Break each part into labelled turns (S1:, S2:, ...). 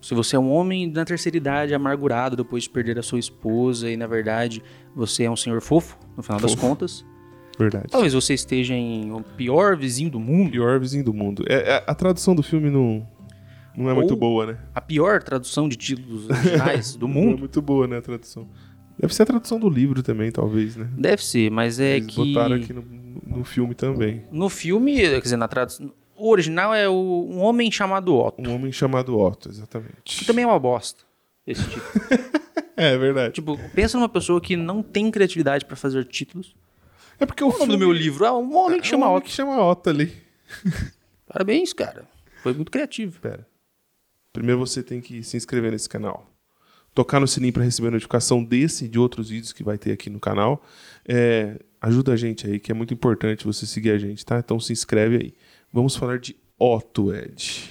S1: Se você é um homem da terceira idade, amargurado depois de perder a sua esposa e, na verdade, você é um senhor fofo, no final das
S2: Fofo.
S1: contas,
S2: Verdade.
S1: talvez você esteja em o pior vizinho do mundo.
S2: Pior vizinho do mundo. É, é- a tradução do filme não, não é muito
S1: Ou-
S2: boa, né?
S1: A pior tradução de títulos originais do
S2: Não é
S1: mundo.
S2: muito boa, né, a tradução. Deve ser a tradução do livro também, talvez, né?
S1: Deve ser, mas é
S2: Eles
S1: que.
S2: botaram aqui no, no filme também.
S1: No filme, quer dizer, na tradução. O original é o, um homem chamado Otto.
S2: Um homem chamado Otto, exatamente.
S1: Que também é uma bosta. Esse título.
S2: É, verdade.
S1: tipo, pensa numa pessoa que não tem criatividade pra fazer títulos.
S2: É porque o,
S1: O nome do meu livro é Um Homem que Chama
S2: é um homem
S1: Otto.
S2: que chama Otto ali.
S1: Parabéns, cara. Foi muito criativo.
S2: Pera. Primeiro você tem que se inscrever nesse canal. Tocar no sininho para receber notificação desse e de outros vídeos que vai ter aqui no canal. É, ajuda a gente aí, que é muito importante você seguir a gente, tá? Então se inscreve aí. Vamos falar de Otto, Ed.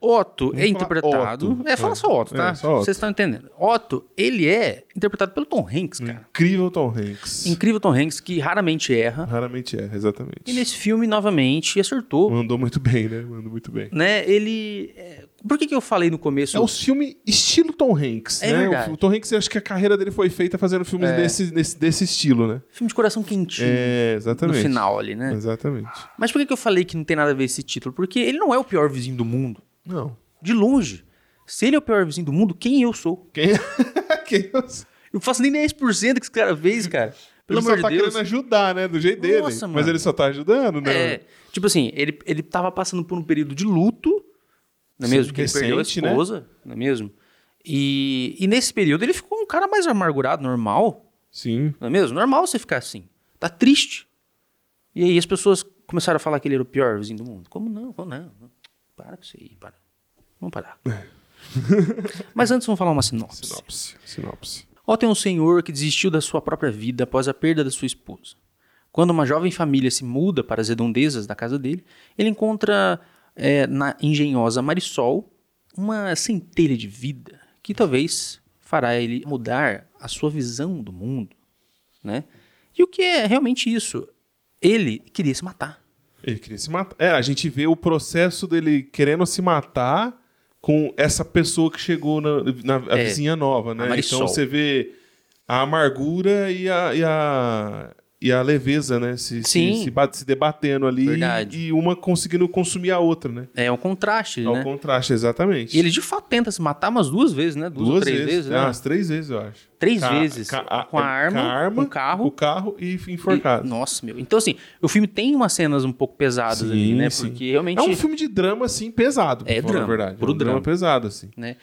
S1: Otto
S2: Vamos
S1: é
S2: falar
S1: interpretado.
S2: Otto.
S1: É, fala
S2: É.
S1: só Otto, tá?
S2: É, só Otto.
S1: Vocês estão entendendo. Otto, ele é interpretado pelo Tom Hanks, cara.
S2: Incrível Tom Hanks.
S1: Incrível Tom Hanks, que raramente erra.
S2: Raramente é, exatamente.
S1: E nesse filme, novamente, acertou.
S2: Mandou muito bem, né? Mandou muito bem.
S1: Né? Ele. é, Por que, que eu falei no começo?
S2: É o filme estilo Tom Hanks,
S1: É
S2: né?
S1: verdade. É.
S2: O, Tom Hanks, eu acho que a carreira dele foi feita fazendo filmes desse, desse, desse estilo, né?
S1: Filme de coração quentinho.
S2: É,
S1: no
S2: exatamente. Uhum.
S1: final ali, né?
S2: Exatamente.
S1: Mas por que que eu falei que não tem nada a ver esse título? Porque ele não é o pior vizinho do mundo.
S2: Não.
S1: De longe. Se ele é o pior vizinho do mundo, quem eu sou?
S2: Quem, quem é eu sou?
S1: Eu não faço nem 10% que esse cara fez, cara. Pelo
S2: ele
S1: amor
S2: só
S1: de
S2: tá
S1: Deus.
S2: querendo ajudar, né? Do jeito dele.
S1: Nossa,
S2: Mas
S1: mano.
S2: ele só tá ajudando, né?
S1: É, tipo assim, ele, ele tava passando por um período de luto, não é
S2: Sim,
S1: mesmo? Que ele perdeu a
S2: recente, né?
S1: esposa, não é mesmo? E, e nesse período ele ficou um cara mais amargurado, normal.
S2: Sim.
S1: Não é mesmo? Normal você ficar assim. Tá triste. E aí as pessoas começaram a falar que ele era o pior vizinho do mundo. Como não? Como não? não. Para com isso aí, para. Vamos parar.
S2: É.
S1: Mas antes vamos falar uma sinopse.
S2: Sinopse. Sinopse.
S1: Otto é um senhor que desistiu da sua própria vida após a perda da sua esposa. Quando uma jovem família se muda para as redondezas da casa dele, ele encontra eh, na engenhosa Marisol uma centelha de vida que talvez fará ele mudar a sua visão do mundo, né? E o que é realmente isso? Ele queria se matar.
S2: Ele queria se matar. É, a gente vê o processo dele querendo se matar com essa pessoa que chegou na, na- a
S1: É,
S2: vizinha nova, né?
S1: a Marisol.
S2: Então você vê a amargura e a, e a, e a leveza, né? Se, se-
S1: Sim.
S2: Se, bate- se debatendo ali
S1: Verdade.
S2: e uma conseguindo consumir a outra, né?
S1: É um contraste,
S2: Ao
S1: né?
S2: contraste, exatamente.
S1: E ele de fato tenta se matar umas duas vezes, né? Duas, ou três vezes, né?
S2: Ah, Umas três vezes, eu acho.
S1: Três
S2: Ca-
S1: vezes.
S2: ca-
S1: com a arma,
S2: com a arma,
S1: com o carro.
S2: com o carro e enforcado. É
S1: E- nossa, meu. Então, assim, o filme tem umas cenas um pouco pesadas
S2: Sim,
S1: ali, né?
S2: sim.
S1: Porque realmente.
S2: É um filme de drama, assim, pesado. pra
S1: É
S2: falar a
S1: drama,
S2: verdade.
S1: puro
S2: é um drama
S1: drama.
S2: pesado, assim.
S1: né?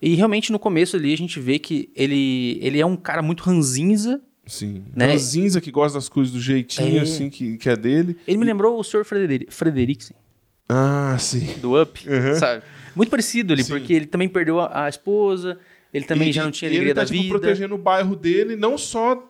S1: E realmente no começo ali a gente vê que ele, ele é um cara muito ranzinza.
S2: Sim.
S1: Né?
S2: Ranzinza que gosta das coisas do jeitinho,
S1: É.
S2: assim, que, que é dele.
S1: Ele me lembrou o Sr. Frederi- Frederiksen,
S2: Ah, sim.
S1: do Up, sabe? Muito parecido ali,
S2: Sim.
S1: porque ele também perdeu a, a esposa, ele também
S2: E-
S1: já não tinha
S2: e ele
S1: alegria
S2: tá,
S1: da
S2: tipo,
S1: vida.
S2: protegendo o bairro dele, não só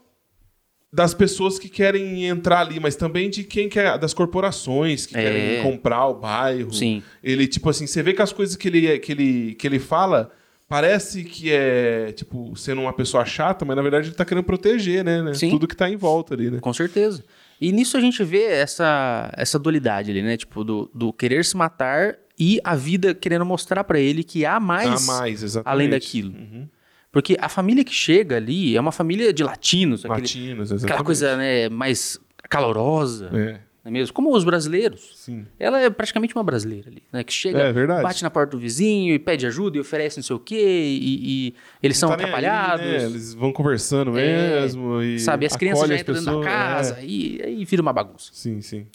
S2: das pessoas que querem entrar ali, mas também de quem quer, das corporações que
S1: É.
S2: querem comprar o bairro.
S1: Sim.
S2: Ele, tipo assim, você vê que as coisas que ele, que ele, que ele fala parece que é, tipo, sendo uma pessoa chata, mas na verdade ele tá querendo proteger, né? né?
S1: Sim.
S2: Tudo que tá em volta ali, né?
S1: Com certeza. E nisso a gente vê essa, essa dualidade ali, né? Tipo, do, do querer se matar e a vida querendo mostrar pra ele que há
S2: A
S1: mais,
S2: Tá mais, exatamente.
S1: além daquilo.
S2: Uhum.
S1: Porque a família que chega ali é uma família de latinos, aquele-
S2: Latinos, exatamente.
S1: aquela coisa né, mais calorosa, não
S2: É,
S1: é mesmo? Como os brasileiros.
S2: sim.
S1: Ela é praticamente uma brasileira ali, né? Que chega,
S2: É verdade.
S1: bate na porta do vizinho e pede ajuda e oferece não sei o quê, e, e eles são
S2: Não tá nem aí,
S1: atrapalhados.
S2: né? Eles vão conversando
S1: É.
S2: mesmo. E
S1: Sabe, as crianças
S2: acolhe
S1: já
S2: as
S1: entram dentro da
S2: pessoas,
S1: casa
S2: é.
S1: e aí vira uma bagunça.
S2: Sim, sim.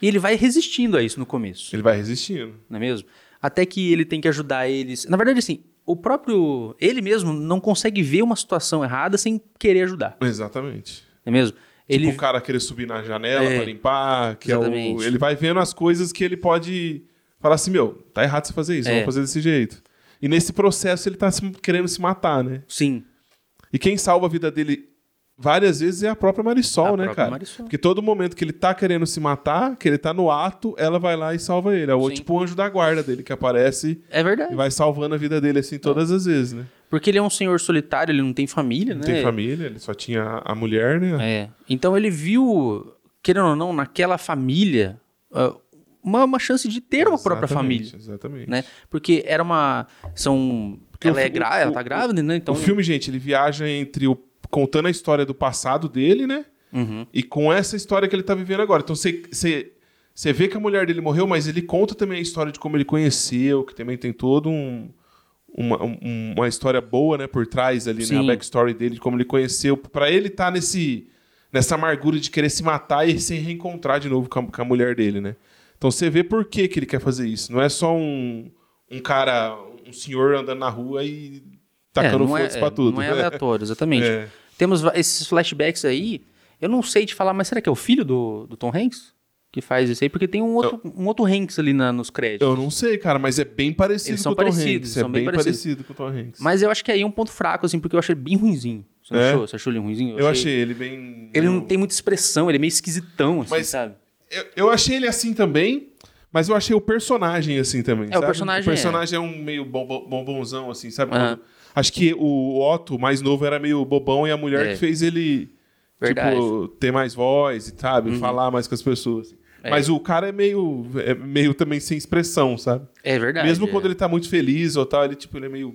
S1: E ele vai resistindo a isso no começo,
S2: Ele vai resistindo.
S1: não é mesmo? Até que ele tem que ajudar eles. Na verdade, assim, o próprio. Ele mesmo não consegue ver uma situação errada sem querer ajudar,
S2: Exatamente.
S1: não é mesmo? Ele
S2: Tipo, o cara querer subir na janela
S1: É.
S2: pra limpar. Que é o...
S1: Exatamente.
S2: Ele vai vendo as coisas que ele pode falar assim: meu, tá errado você fazer isso,
S1: É.
S2: vamos fazer desse jeito. E nesse processo ele tá se- querendo se matar, né?
S1: Sim.
S2: E quem salva a vida dele várias vezes é a própria Marisol,
S1: A
S2: né,
S1: própria
S2: cara?
S1: Marisol.
S2: Porque todo momento que ele tá querendo se matar, que ele tá no ato, ela vai lá e salva ele. É o
S1: Sim.
S2: tipo o anjo da guarda dele que aparece
S1: É
S2: e
S1: verdade.
S2: vai salvando a vida dele assim todas as vezes, né?
S1: Porque ele é um senhor solitário, ele não tem família,
S2: Não
S1: né?
S2: tem família, ele só tinha a- a mulher, né?
S1: É. Então ele viu, querendo ou não, naquela família, ah, uma, uma chance de ter uma própria
S2: Exatamente,
S1: família,
S2: Exatamente.
S1: né? Porque era uma... São
S2: Porque
S1: ela
S2: o
S1: é
S2: fi-
S1: gra...
S2: o-
S1: ela tá grávida, né? Então.
S2: O filme, gente, ele viaja entre o contando a história do passado dele, né?
S1: Uhum.
S2: E com essa história que ele tá vivendo agora. Então você- você você vê que a mulher dele morreu, mas ele conta também a história de como ele conheceu, que também tem todo um uma, um- uma história boa, né, por trás ali, né, a
S1: Sim.
S2: backstory dele, de como ele conheceu, Pra ele tá nesse nessa amargura de querer se matar e se reencontrar de novo com a, com a mulher dele, né? Então você vê por que que ele quer fazer isso. Não é só um, um cara, um senhor andando na rua e tá tacando
S1: é, não é,
S2: foda-se
S1: é,
S2: pra tudo.
S1: Não é
S2: né?
S1: aleatório, exatamente.
S2: É.
S1: Temos va- esses flashbacks aí. Eu não sei te falar, mas será que é o filho do, do Tom Hanks que faz isso aí? Porque tem um
S2: É
S1: outro, um outro Hanks ali na- nos créditos.
S2: Eu não sei, cara, mas é bem parecido
S1: Eles
S2: com
S1: são
S2: o Tom
S1: parecidos,
S2: Hanks.
S1: são
S2: é
S1: bem
S2: bem
S1: parecidos.
S2: parecido com o Tom Hanks.
S1: Mas eu acho que aí é um ponto fraco, assim, porque eu achei ele bem ruinzinho. Você não
S2: É?
S1: achou? Você achou ele ruinzinho?
S2: eu achei ele bem.
S1: Ele não
S2: meio-
S1: tem muita expressão, ele é meio esquisitão, assim,
S2: Mas-
S1: sabe?
S2: Eu, eu achei ele assim também, mas eu achei o personagem assim também.
S1: o
S2: sabe?
S1: personagem
S2: O personagem é, um meio bom- bom- bombonzão, assim, sabe?
S1: Aham.
S2: Acho que o Otto, mais novo, era meio bobão e a mulher
S1: É.
S2: que fez ele.
S1: Verdade. Uhum.
S2: Tipo, ter mais voz e, sabe? Falar mais com as pessoas. assim.
S1: É.
S2: Mas o cara é meio, é meio também sem expressão, sabe?
S1: É verdade.
S2: Mesmo
S1: é.
S2: quando ele tá muito feliz ou tal, ele, tipo, ele é meio.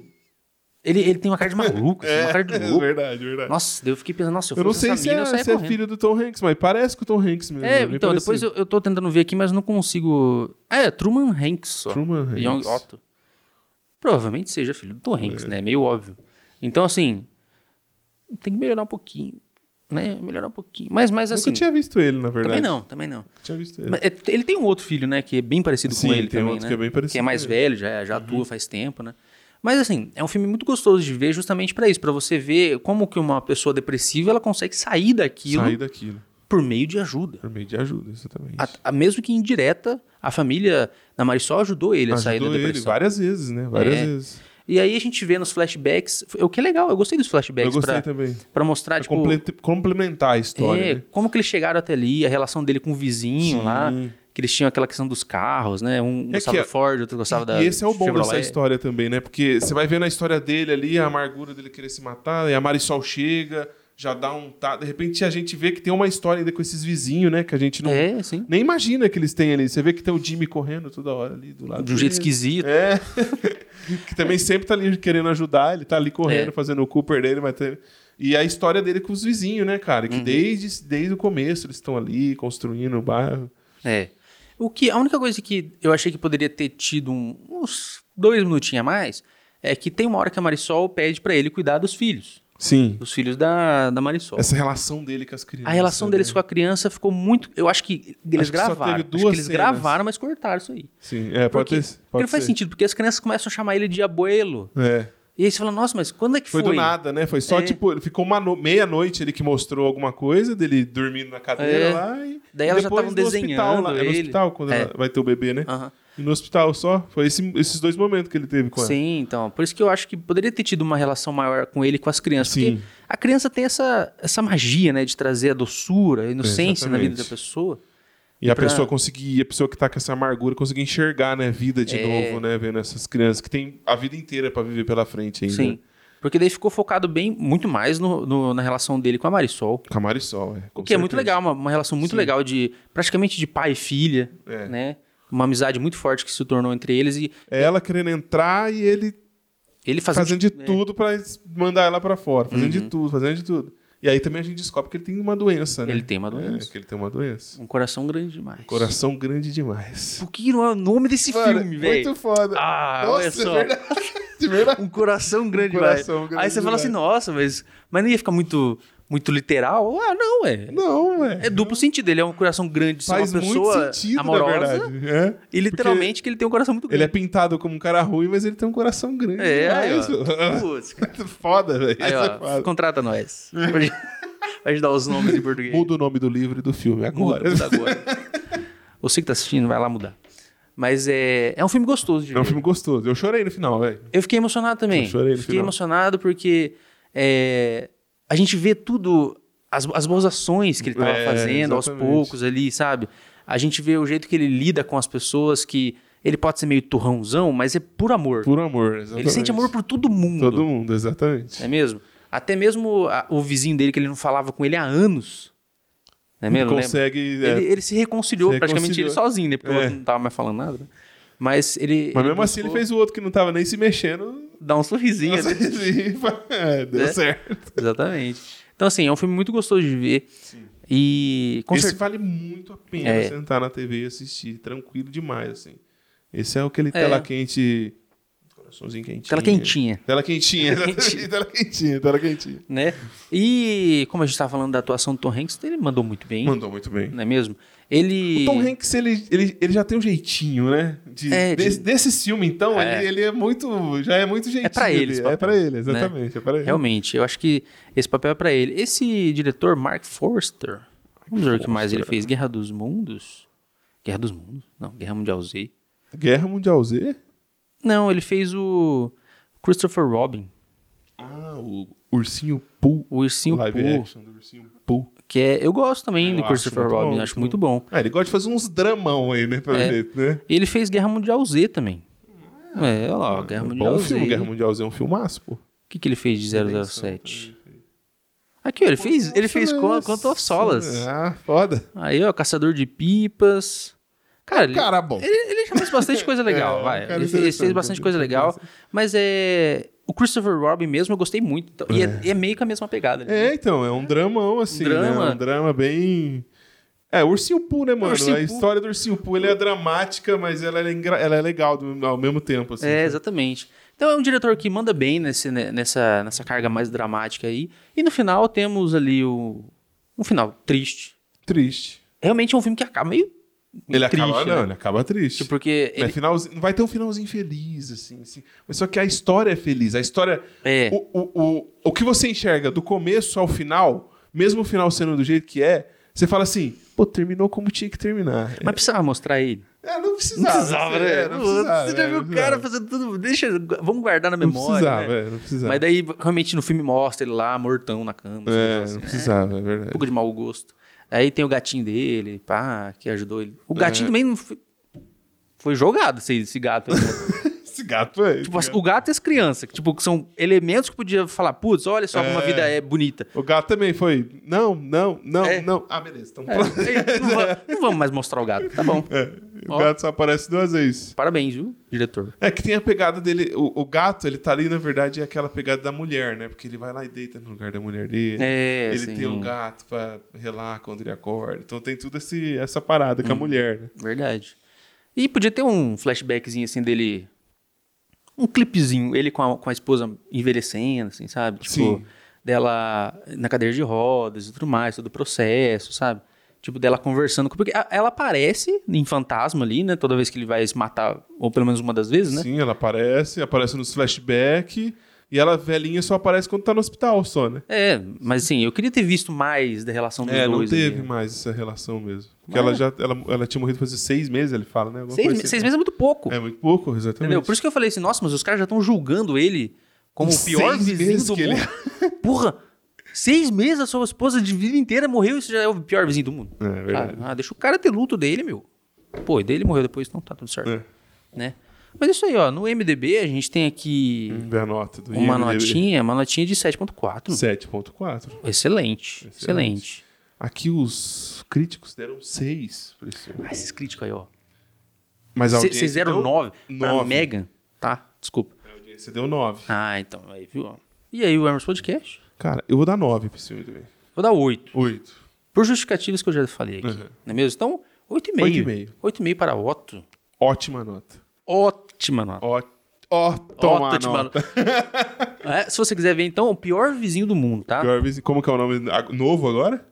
S1: ele. Ele tem uma cara de maluco, assim, uma cara de louco.
S2: É, verdade, verdade.
S1: Nossa, daí eu fiquei pensando, nossa, eu,
S2: Eu não
S1: fosse
S2: sei
S1: essa
S2: se
S1: mina, eu
S2: é,
S1: saía
S2: se é
S1: correndo.
S2: filho do Tom Hanks, mas parece com o Tom Hanks mesmo. assim.
S1: É,
S2: bem
S1: então,
S2: parecido.
S1: depois eu, eu tô tentando ver aqui, mas não consigo. Ah, é Truman Hanks só.
S2: Truman Hanks.
S1: Young Otto. Provavelmente seja filho do Tom Hanks,
S2: É.
S1: né? Meio óbvio. Então, assim, tem que melhorar um pouquinho, né? Melhorar um pouquinho. Mas, mas
S2: Nunca
S1: assim,
S2: tinha visto ele, na verdade.
S1: também não, também não.
S2: Nunca tinha visto ele.
S1: Mas, é, Ele tem um outro filho, né? Que é bem parecido
S2: Sim,
S1: com ele
S2: tem
S1: também,
S2: outro
S1: né?
S2: que é bem parecido
S1: Que é mais
S2: com ele.
S1: velho,
S2: Uhum.
S1: já, já atua faz tempo, né? Mas assim, é um filme muito gostoso de ver justamente pra isso, pra você ver como que uma pessoa depressiva ela consegue sair daquilo
S2: Sair daquilo.
S1: por meio de ajuda.
S2: Por meio de ajuda, exatamente.
S1: A- a- mesmo que indireta, a família da Marisol ajudou ele a sair da
S2: Ajudou ele
S1: depressão.
S2: várias vezes, né? Várias
S1: É.
S2: vezes.
S1: e aí a gente vê nos flashbacks, foi- o que é legal, eu gostei dos
S2: Eu
S1: flashbacks
S2: gostei
S1: pra,
S2: também.
S1: pra mostrar,
S2: Pra
S1: tipo,
S2: comple- complementar a história.
S1: é,
S2: né?
S1: como que eles chegaram até ali, a relação dele com o vizinho
S2: Sim.
S1: lá, que eles tinham aquela questão dos carros, né? Um
S2: É
S1: gostava
S2: que-
S1: do Ford, outro gostava da
S2: E esse é o bom dessa
S1: Chevrolet.
S2: história também, né? Porque você vai vendo a história dele ali, a amargura dele querer se matar, e a Marisol chega, já dá um. Tá... De repente a gente vê que tem uma história ainda com esses vizinhos, né? Que a gente não.
S1: É, sim.
S2: Nem imagina que eles têm ali. Você vê que tem o Jimmy correndo toda hora ali do lado.
S1: De um jeito
S2: dele.
S1: esquisito.
S2: Ah, É. que também sempre tá ali querendo ajudar, ele tá ali correndo,
S1: É.
S2: fazendo o Cooper dele, mas tem- E a história dele com os vizinhos, né, cara? Que
S1: Uhum.
S2: desde, desde o começo eles estão ali construindo o bairro.
S1: É. O que, a única coisa que eu achei que poderia ter tido um- uns dois minutinhos a mais é que tem uma hora que a Marisol pede pra ele cuidar dos filhos.
S2: Sim.
S1: Dos filhos da, da Marisol.
S2: Essa relação dele com as crianças.
S1: A relação deles
S2: né?
S1: com a criança ficou muito. Eu acho que eles
S2: Acho que só
S1: gravaram.
S2: teve duas
S1: acho que eles
S2: cenas.
S1: gravaram, mas cortaram isso aí.
S2: Sim, é, pode
S1: Porque-
S2: ter. Pode
S1: porque não faz
S2: ser.
S1: sentido, porque as crianças começam a chamar ele de abuelo.
S2: É.
S1: E aí você fala, nossa, mas quando é que
S2: Foi
S1: foi?
S2: do nada, né? Foi só,
S1: É.
S2: tipo, ele ficou uma no- meia-noite ele que mostrou alguma coisa dele dormindo na cadeira
S1: É.
S2: lá e.
S1: Daí
S2: e
S1: elas já tavam
S2: depois no hospital
S1: desenhando
S2: lá. É no
S1: ele.
S2: hospital quando
S1: É.
S2: ela vai ter o bebê, né?
S1: Aham.
S2: E no hospital só. Foi esse- esses dois momentos que ele teve com ela.
S1: Sim, então. Por isso que eu acho que poderia ter tido uma relação maior com ele e com as crianças.
S2: Sim.
S1: Porque a criança tem essa, essa magia, né? De trazer a doçura, a inocência na vida da
S2: Exatamente.
S1: pessoa.
S2: E a
S1: pra-
S2: pessoa conseguir, a pessoa que tá com essa amargura conseguir enxergar, né, vida de
S1: É.
S2: novo, né, vendo essas crianças que tem a vida inteira pra viver pela frente ainda.
S1: Sim. Porque daí ficou focado bem, muito mais no- no- na relação dele com a Marisol.
S2: Com a Marisol, é. com
S1: O que é muito
S2: certeza.
S1: legal, uma, uma relação muito legal de praticamente de pai e filha,
S2: É.
S1: né? Uma amizade muito forte que se tornou entre eles e
S2: É ela querendo entrar e ele
S1: ele fazendo, é. Uhum.
S2: fazendo de tudo pra mandar ela pra fora, fazendo de tudo, fazendo de tudo. E aí também a gente descobre que ele tem uma doença, né?
S1: Ele tem uma doença.
S2: É, que ele tem uma doença.
S1: um coração grande demais.
S2: Coração grande demais.
S1: Por que não é o nome desse
S2: Mano,
S1: filme, velho?
S2: Muito foda.
S1: Ah,
S2: Nossa,
S1: olha só.
S2: É verdade. De verdade.
S1: Um coração grande
S2: Um
S1: demais.
S2: coração grande
S1: Aí você fala
S2: demais.
S1: assim, nossa, mas, mas não ia ficar muito, muito literal? Ah, não, é.
S2: Não, velho.
S1: É duplo sentido. Ele é um coração grande de ser
S2: Faz
S1: uma pessoa
S2: muito sentido,
S1: amorosa.
S2: na verdade. É.
S1: E literalmente que ele tem um coração muito
S2: Ele
S1: grande.
S2: é pintado como um cara ruim, mas ele tem um coração grande.
S1: É, aí,
S2: demais.
S1: ó. Putz, cara.
S2: foda, velho.
S1: Aí,
S2: Essa é
S1: ó,
S2: foda.
S1: contrata nós. Pra gente- pra gente dar os nomes em português.
S2: Muda o nome do livro e do filme
S1: Muda,
S2: agora.
S1: muda agora. Você que tá assistindo, vai lá mudar. Mas é, é um filme gostoso de
S2: É um
S1: ver.
S2: filme gostoso. Eu chorei no final, velho.
S1: Eu fiquei emocionado também.
S2: Eu chorei no
S1: fiquei
S2: final.
S1: emocionado porque é, a gente vê tudo, as, as boas ações que ele tava
S2: É,
S1: fazendo aos
S2: exatamente.
S1: poucos ali, sabe? A gente vê o jeito que ele lida com as pessoas, que ele pode ser meio turrãozão, mas é por amor.
S2: Por amor, exatamente.
S1: ele sente amor por todo mundo.
S2: todo mundo, exatamente.
S1: Não é mesmo? Até mesmo a- o vizinho dele, que ele não falava com ele há anos. Não é mesmo? Lembra?
S2: consegue. é,
S1: Ele, ele se reconciliou,
S2: Se
S1: praticamente
S2: reconciliou.
S1: ele sozinho, né? Porque o
S2: É.
S1: outro não tava mais falando nada. né? Mas ele.
S2: Mas mesmo assim, ele
S1: buscou-
S2: fez o outro que não tava nem se mexendo
S1: dá um sorrisinho. né?
S2: É, Deu
S1: É.
S2: certo.
S1: Exatamente. Então, assim, é um filme muito gostoso de ver. E com
S2: Esse
S1: cer-
S2: vale muito a pena
S1: É.
S2: sentar na TV e assistir, tranquilo demais, assim. Esse é aquele
S1: É.
S2: tela quente. Coraçãozinho quentinho.
S1: Tela quentinha,
S2: Tela quentinha,
S1: Tela
S2: exatamente. tela quentinha, tela quentinha.
S1: né? E como a gente estava falando da atuação do Tom Hanks, ele mandou muito bem,
S2: Mandou muito bem.
S1: não é mesmo? Ele.
S2: Tom Hanks, é ele, ele, ele já tem um jeitinho, né? De-
S1: É, de-
S2: desse, desse filme, então,
S1: É.
S2: ele, ele é muito. Já é muito jeitinho.
S1: pra Né? ele esse
S2: É
S1: papel,
S2: pra ele, exatamente. É pra ele.
S1: Realmente, eu acho que esse papel é pra ele. Esse diretor, Mark Forster, vamos ver o que mais ele fez. Guerra dos Mundos? Guerra dos Mundos? Não, Guerra Mundial Z.
S2: Guerra Mundial Z?
S1: Não, ele fez o Christopher Robin,
S2: Ah, o Ursinho Pooh.
S1: o Ursinho
S2: Live
S1: Pooh,
S2: action do Ursinho Pooh.
S1: que é... Eu gosto também
S2: Eu
S1: do
S2: acho
S1: Christopher
S2: muito
S1: Robin,
S2: bom,
S1: acho muito
S2: muito
S1: bom.
S2: Ah, ele gosta de fazer uns dramão aí, né? Pelo
S1: É.
S2: jeito, né?
S1: E ele fez Guerra Mundial Z também. É, olha lá, ó, Guerra
S2: É
S1: Mundial
S2: bom
S1: Z.
S2: filme, Guerra Mundial Z é um filmaço, pô.
S1: O que, que ele fez de 007? Aqui, ó, ele fez, ele fez com, com o Tom Solas.
S2: Ah, foda.
S1: Aí, ó, Caçador de Pipas. Cara, ele,
S2: Cara, bom.
S1: ele, ele já fez bastante coisa legal,
S2: É,
S1: vai.
S2: cara
S1: Ele, fez- ele fez
S2: interessante,
S1: bastante
S2: cara
S1: coisa legal. Mas é... O Christopher Robin mesmo eu gostei muito. Então, E é, e é meio que a mesma pegada. ali, né?
S2: É, então, é um dramão, assim,
S1: Um drama.
S2: né? Um drama bem... É, Ursinho Pooh, né, mano?
S1: Ursinho
S2: a
S1: Pooh.
S2: história do Ursinho Pooh, ela é dramática, mas ela é, engra- ela é legal do- ao mesmo tempo, assim.
S1: É, exatamente. Então é um diretor que manda bem nesse, né, nessa, nessa carga mais dramática aí. E no final temos ali o... Um final triste.
S2: Triste.
S1: Realmente é um filme que acaba meio
S2: Ele
S1: triste,
S2: acaba... Não,
S1: né?
S2: ele acaba triste.
S1: Tipo, Porque
S2: Não é
S1: ele,
S2: finalzinho- não vai ter um finalzinho feliz, assim, assim. Mas só que a história é feliz. A história...
S1: É.
S2: O, o, o, o que você enxerga do começo ao final, mesmo o final sendo do jeito que é, você fala assim, pô, terminou como tinha que terminar.
S1: mas precisava mostrar ele.
S2: É, não precisava.
S1: Não precisava, né?
S2: É, não precisava,
S1: Você já
S2: é,
S1: viu
S2: não
S1: o cara
S2: precisava.
S1: fazendo tudo. Deixa, vamos guardar na
S2: Não
S1: memória.
S2: precisava,
S1: né?
S2: é, não precisava.
S1: Mas daí, realmente, no filme mostra ele lá, mortão na cama. assim,
S2: É,
S1: assim,
S2: não
S1: né?
S2: precisava, é
S1: Um
S2: verdade.
S1: pouco de mau gosto. Aí tem o gatinho dele, pá, que ajudou ele. O gatinho
S2: É.
S1: também não foi, foi jogado, esse, esse gato. aí, né?
S2: Esse gato é.
S1: tipo,
S2: esse
S1: o gato e as crianças, que tipo, que são elementos que podia falar, putz, olha só como a
S2: É.
S1: vida é bonita.
S2: gato- O gato também foi. Não, não, não,
S1: É.
S2: não. Ah, beleza. Então, é,
S1: É, aí, não, va- não vamos mais mostrar o gato, tá bom.
S2: o gato só aparece duas vezes.
S1: Parabéns, viu, diretor?
S2: É que tem a pegada dele. O, o gato, ele tá ali, na verdade, é aquela pegada da mulher, né? Porque ele vai lá e deita no lugar da mulher dele.
S1: É,
S2: ele
S1: sim.
S2: tem um gato pra relar quando ele acorda. Então tem tudo esse, essa parada
S1: Hum.
S2: com a mulher, né?
S1: Verdade. E podia ter um flashbackzinho assim dele. Um clipezinho, ele com a, com a esposa envelhecendo, assim, sabe? Tipo,
S2: Sim.
S1: dela na cadeira de rodas e tudo mais, todo o processo, sabe? Tipo, dela conversando com. Porque a- ela aparece em fantasma ali, né? Toda vez que ele vai se matar, ou pelo menos uma das vezes, né?
S2: Sim, ela aparece, aparece nos flashback. E ela velhinha só aparece quando tá no hospital, só, né?
S1: É, mas assim, eu queria ter visto mais da relação dos
S2: É, não
S1: dois. ali,
S2: teve
S1: né?
S2: mais essa relação mesmo. Porque
S1: Mas- é.
S2: ela já ela, ela tinha morrido fazia seis meses, ele fala, né? Alguma
S1: Seis,
S2: coisa
S1: me-
S2: assim.
S1: seis meses é muito pouco.
S2: É muito pouco, exatamente.
S1: Entendeu? Por isso que eu falei assim, nossa, mas os caras já estão julgando ele como o
S2: Seis
S1: pior vizinho
S2: meses
S1: do
S2: que
S1: mundo. Porra, seis meses a sua esposa de vida inteira morreu e você já é o pior vizinho do mundo.
S2: É verdade.
S1: Ah, ah, deixa o cara ter luto dele, meu. Pô, e dele morreu depois, então tá tudo certo.
S2: É.
S1: Né? Mas isso aí, ó, no MDB a gente tem aqui
S2: Vamos ver a nota do
S1: Ah, hum. uma
S2: IMDb.
S1: notinha, uma notinha de 7.4.
S2: 7.4.
S1: Excelente, excelente.
S2: Aqui os críticos deram 6 pra esse filme.
S1: Ah, esses críticos aí, ó.
S2: Mas a audiência
S1: Vocês deram
S2: deu-
S1: 9 pra
S2: nove.
S1: Megan, tá? Desculpa.
S2: A audiência deu 9.
S1: Ah, então, aí, viu? E aí, o Emerson Podcast?
S2: Cara, eu vou dar 9 pra esse filme também.
S1: Vou dar 8.
S2: 8.
S1: Por justificativas que eu já falei aqui.
S2: Uhum.
S1: Não é mesmo? Então, 8,5.
S2: 8,5.
S1: 8,5 para Otto.
S2: Ótima nota.
S1: Ótima nota.
S2: Ó, ó toma a
S1: Ótima
S2: nota.
S1: É, se você quiser ver, então, o pior vizinho do mundo, tá?
S2: Pior vez- Como que é o nome a- novo agora?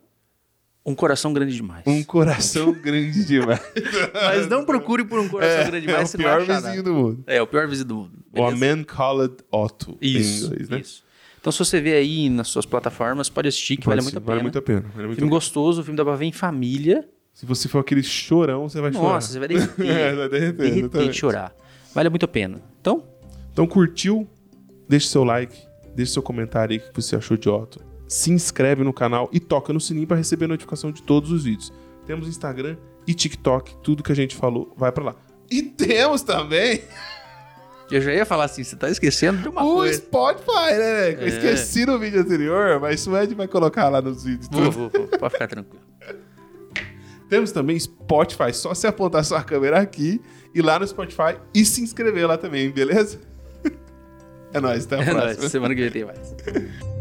S1: Um coração grande demais.
S2: Um coração grande demais.
S1: Mas não procure por um coração grande demais,
S2: é
S1: você
S2: o pior
S1: não vai achar
S2: vizinho
S1: nada.
S2: do mundo.
S1: É, o pior vizinho do mundo.
S2: O
S1: Beleza?
S2: Man Called Otto. em
S1: Isso,
S2: inglês, né?
S1: isso. Então, se você vê aí nas suas plataformas, pode assistir, que
S2: Pode
S1: vale
S2: ser,
S1: muito a pena.
S2: Vale muito a pena. vale muito a
S1: Filme
S2: pena.
S1: gostoso, filme dá pra ver em família.
S2: Se você for aquele chorão, você vai chorar.
S1: Nossa, você vai derreter.
S2: É, vai derreter,
S1: derreter e
S2: exatamente.
S1: chorar. Vale muito a pena. Então,
S2: Então curtiu, deixa seu like, deixa seu comentário aí o que você achou de Otto. Se inscreve no canal e toca no sininho para receber notificação de todos os vídeos. Temos Instagram e TikTok, tudo que a gente falou vai para lá. E temos também
S1: eu já ia falar assim, você tá esquecendo de uma
S2: o
S1: coisa.
S2: Spotify, né? velho? Eu esqueci no vídeo anterior, mas o Ed vai colocar lá nos vídeos.
S1: Vou,
S2: tudo.
S1: vou, vou. Pode ficar tranquilo.
S2: Temos também Spotify, só se apontar sua câmera aqui e lá no Spotify e se inscrever lá também, beleza? É nóis, até a
S1: É
S2: próxima.
S1: nóis. Semana que vem tem mais.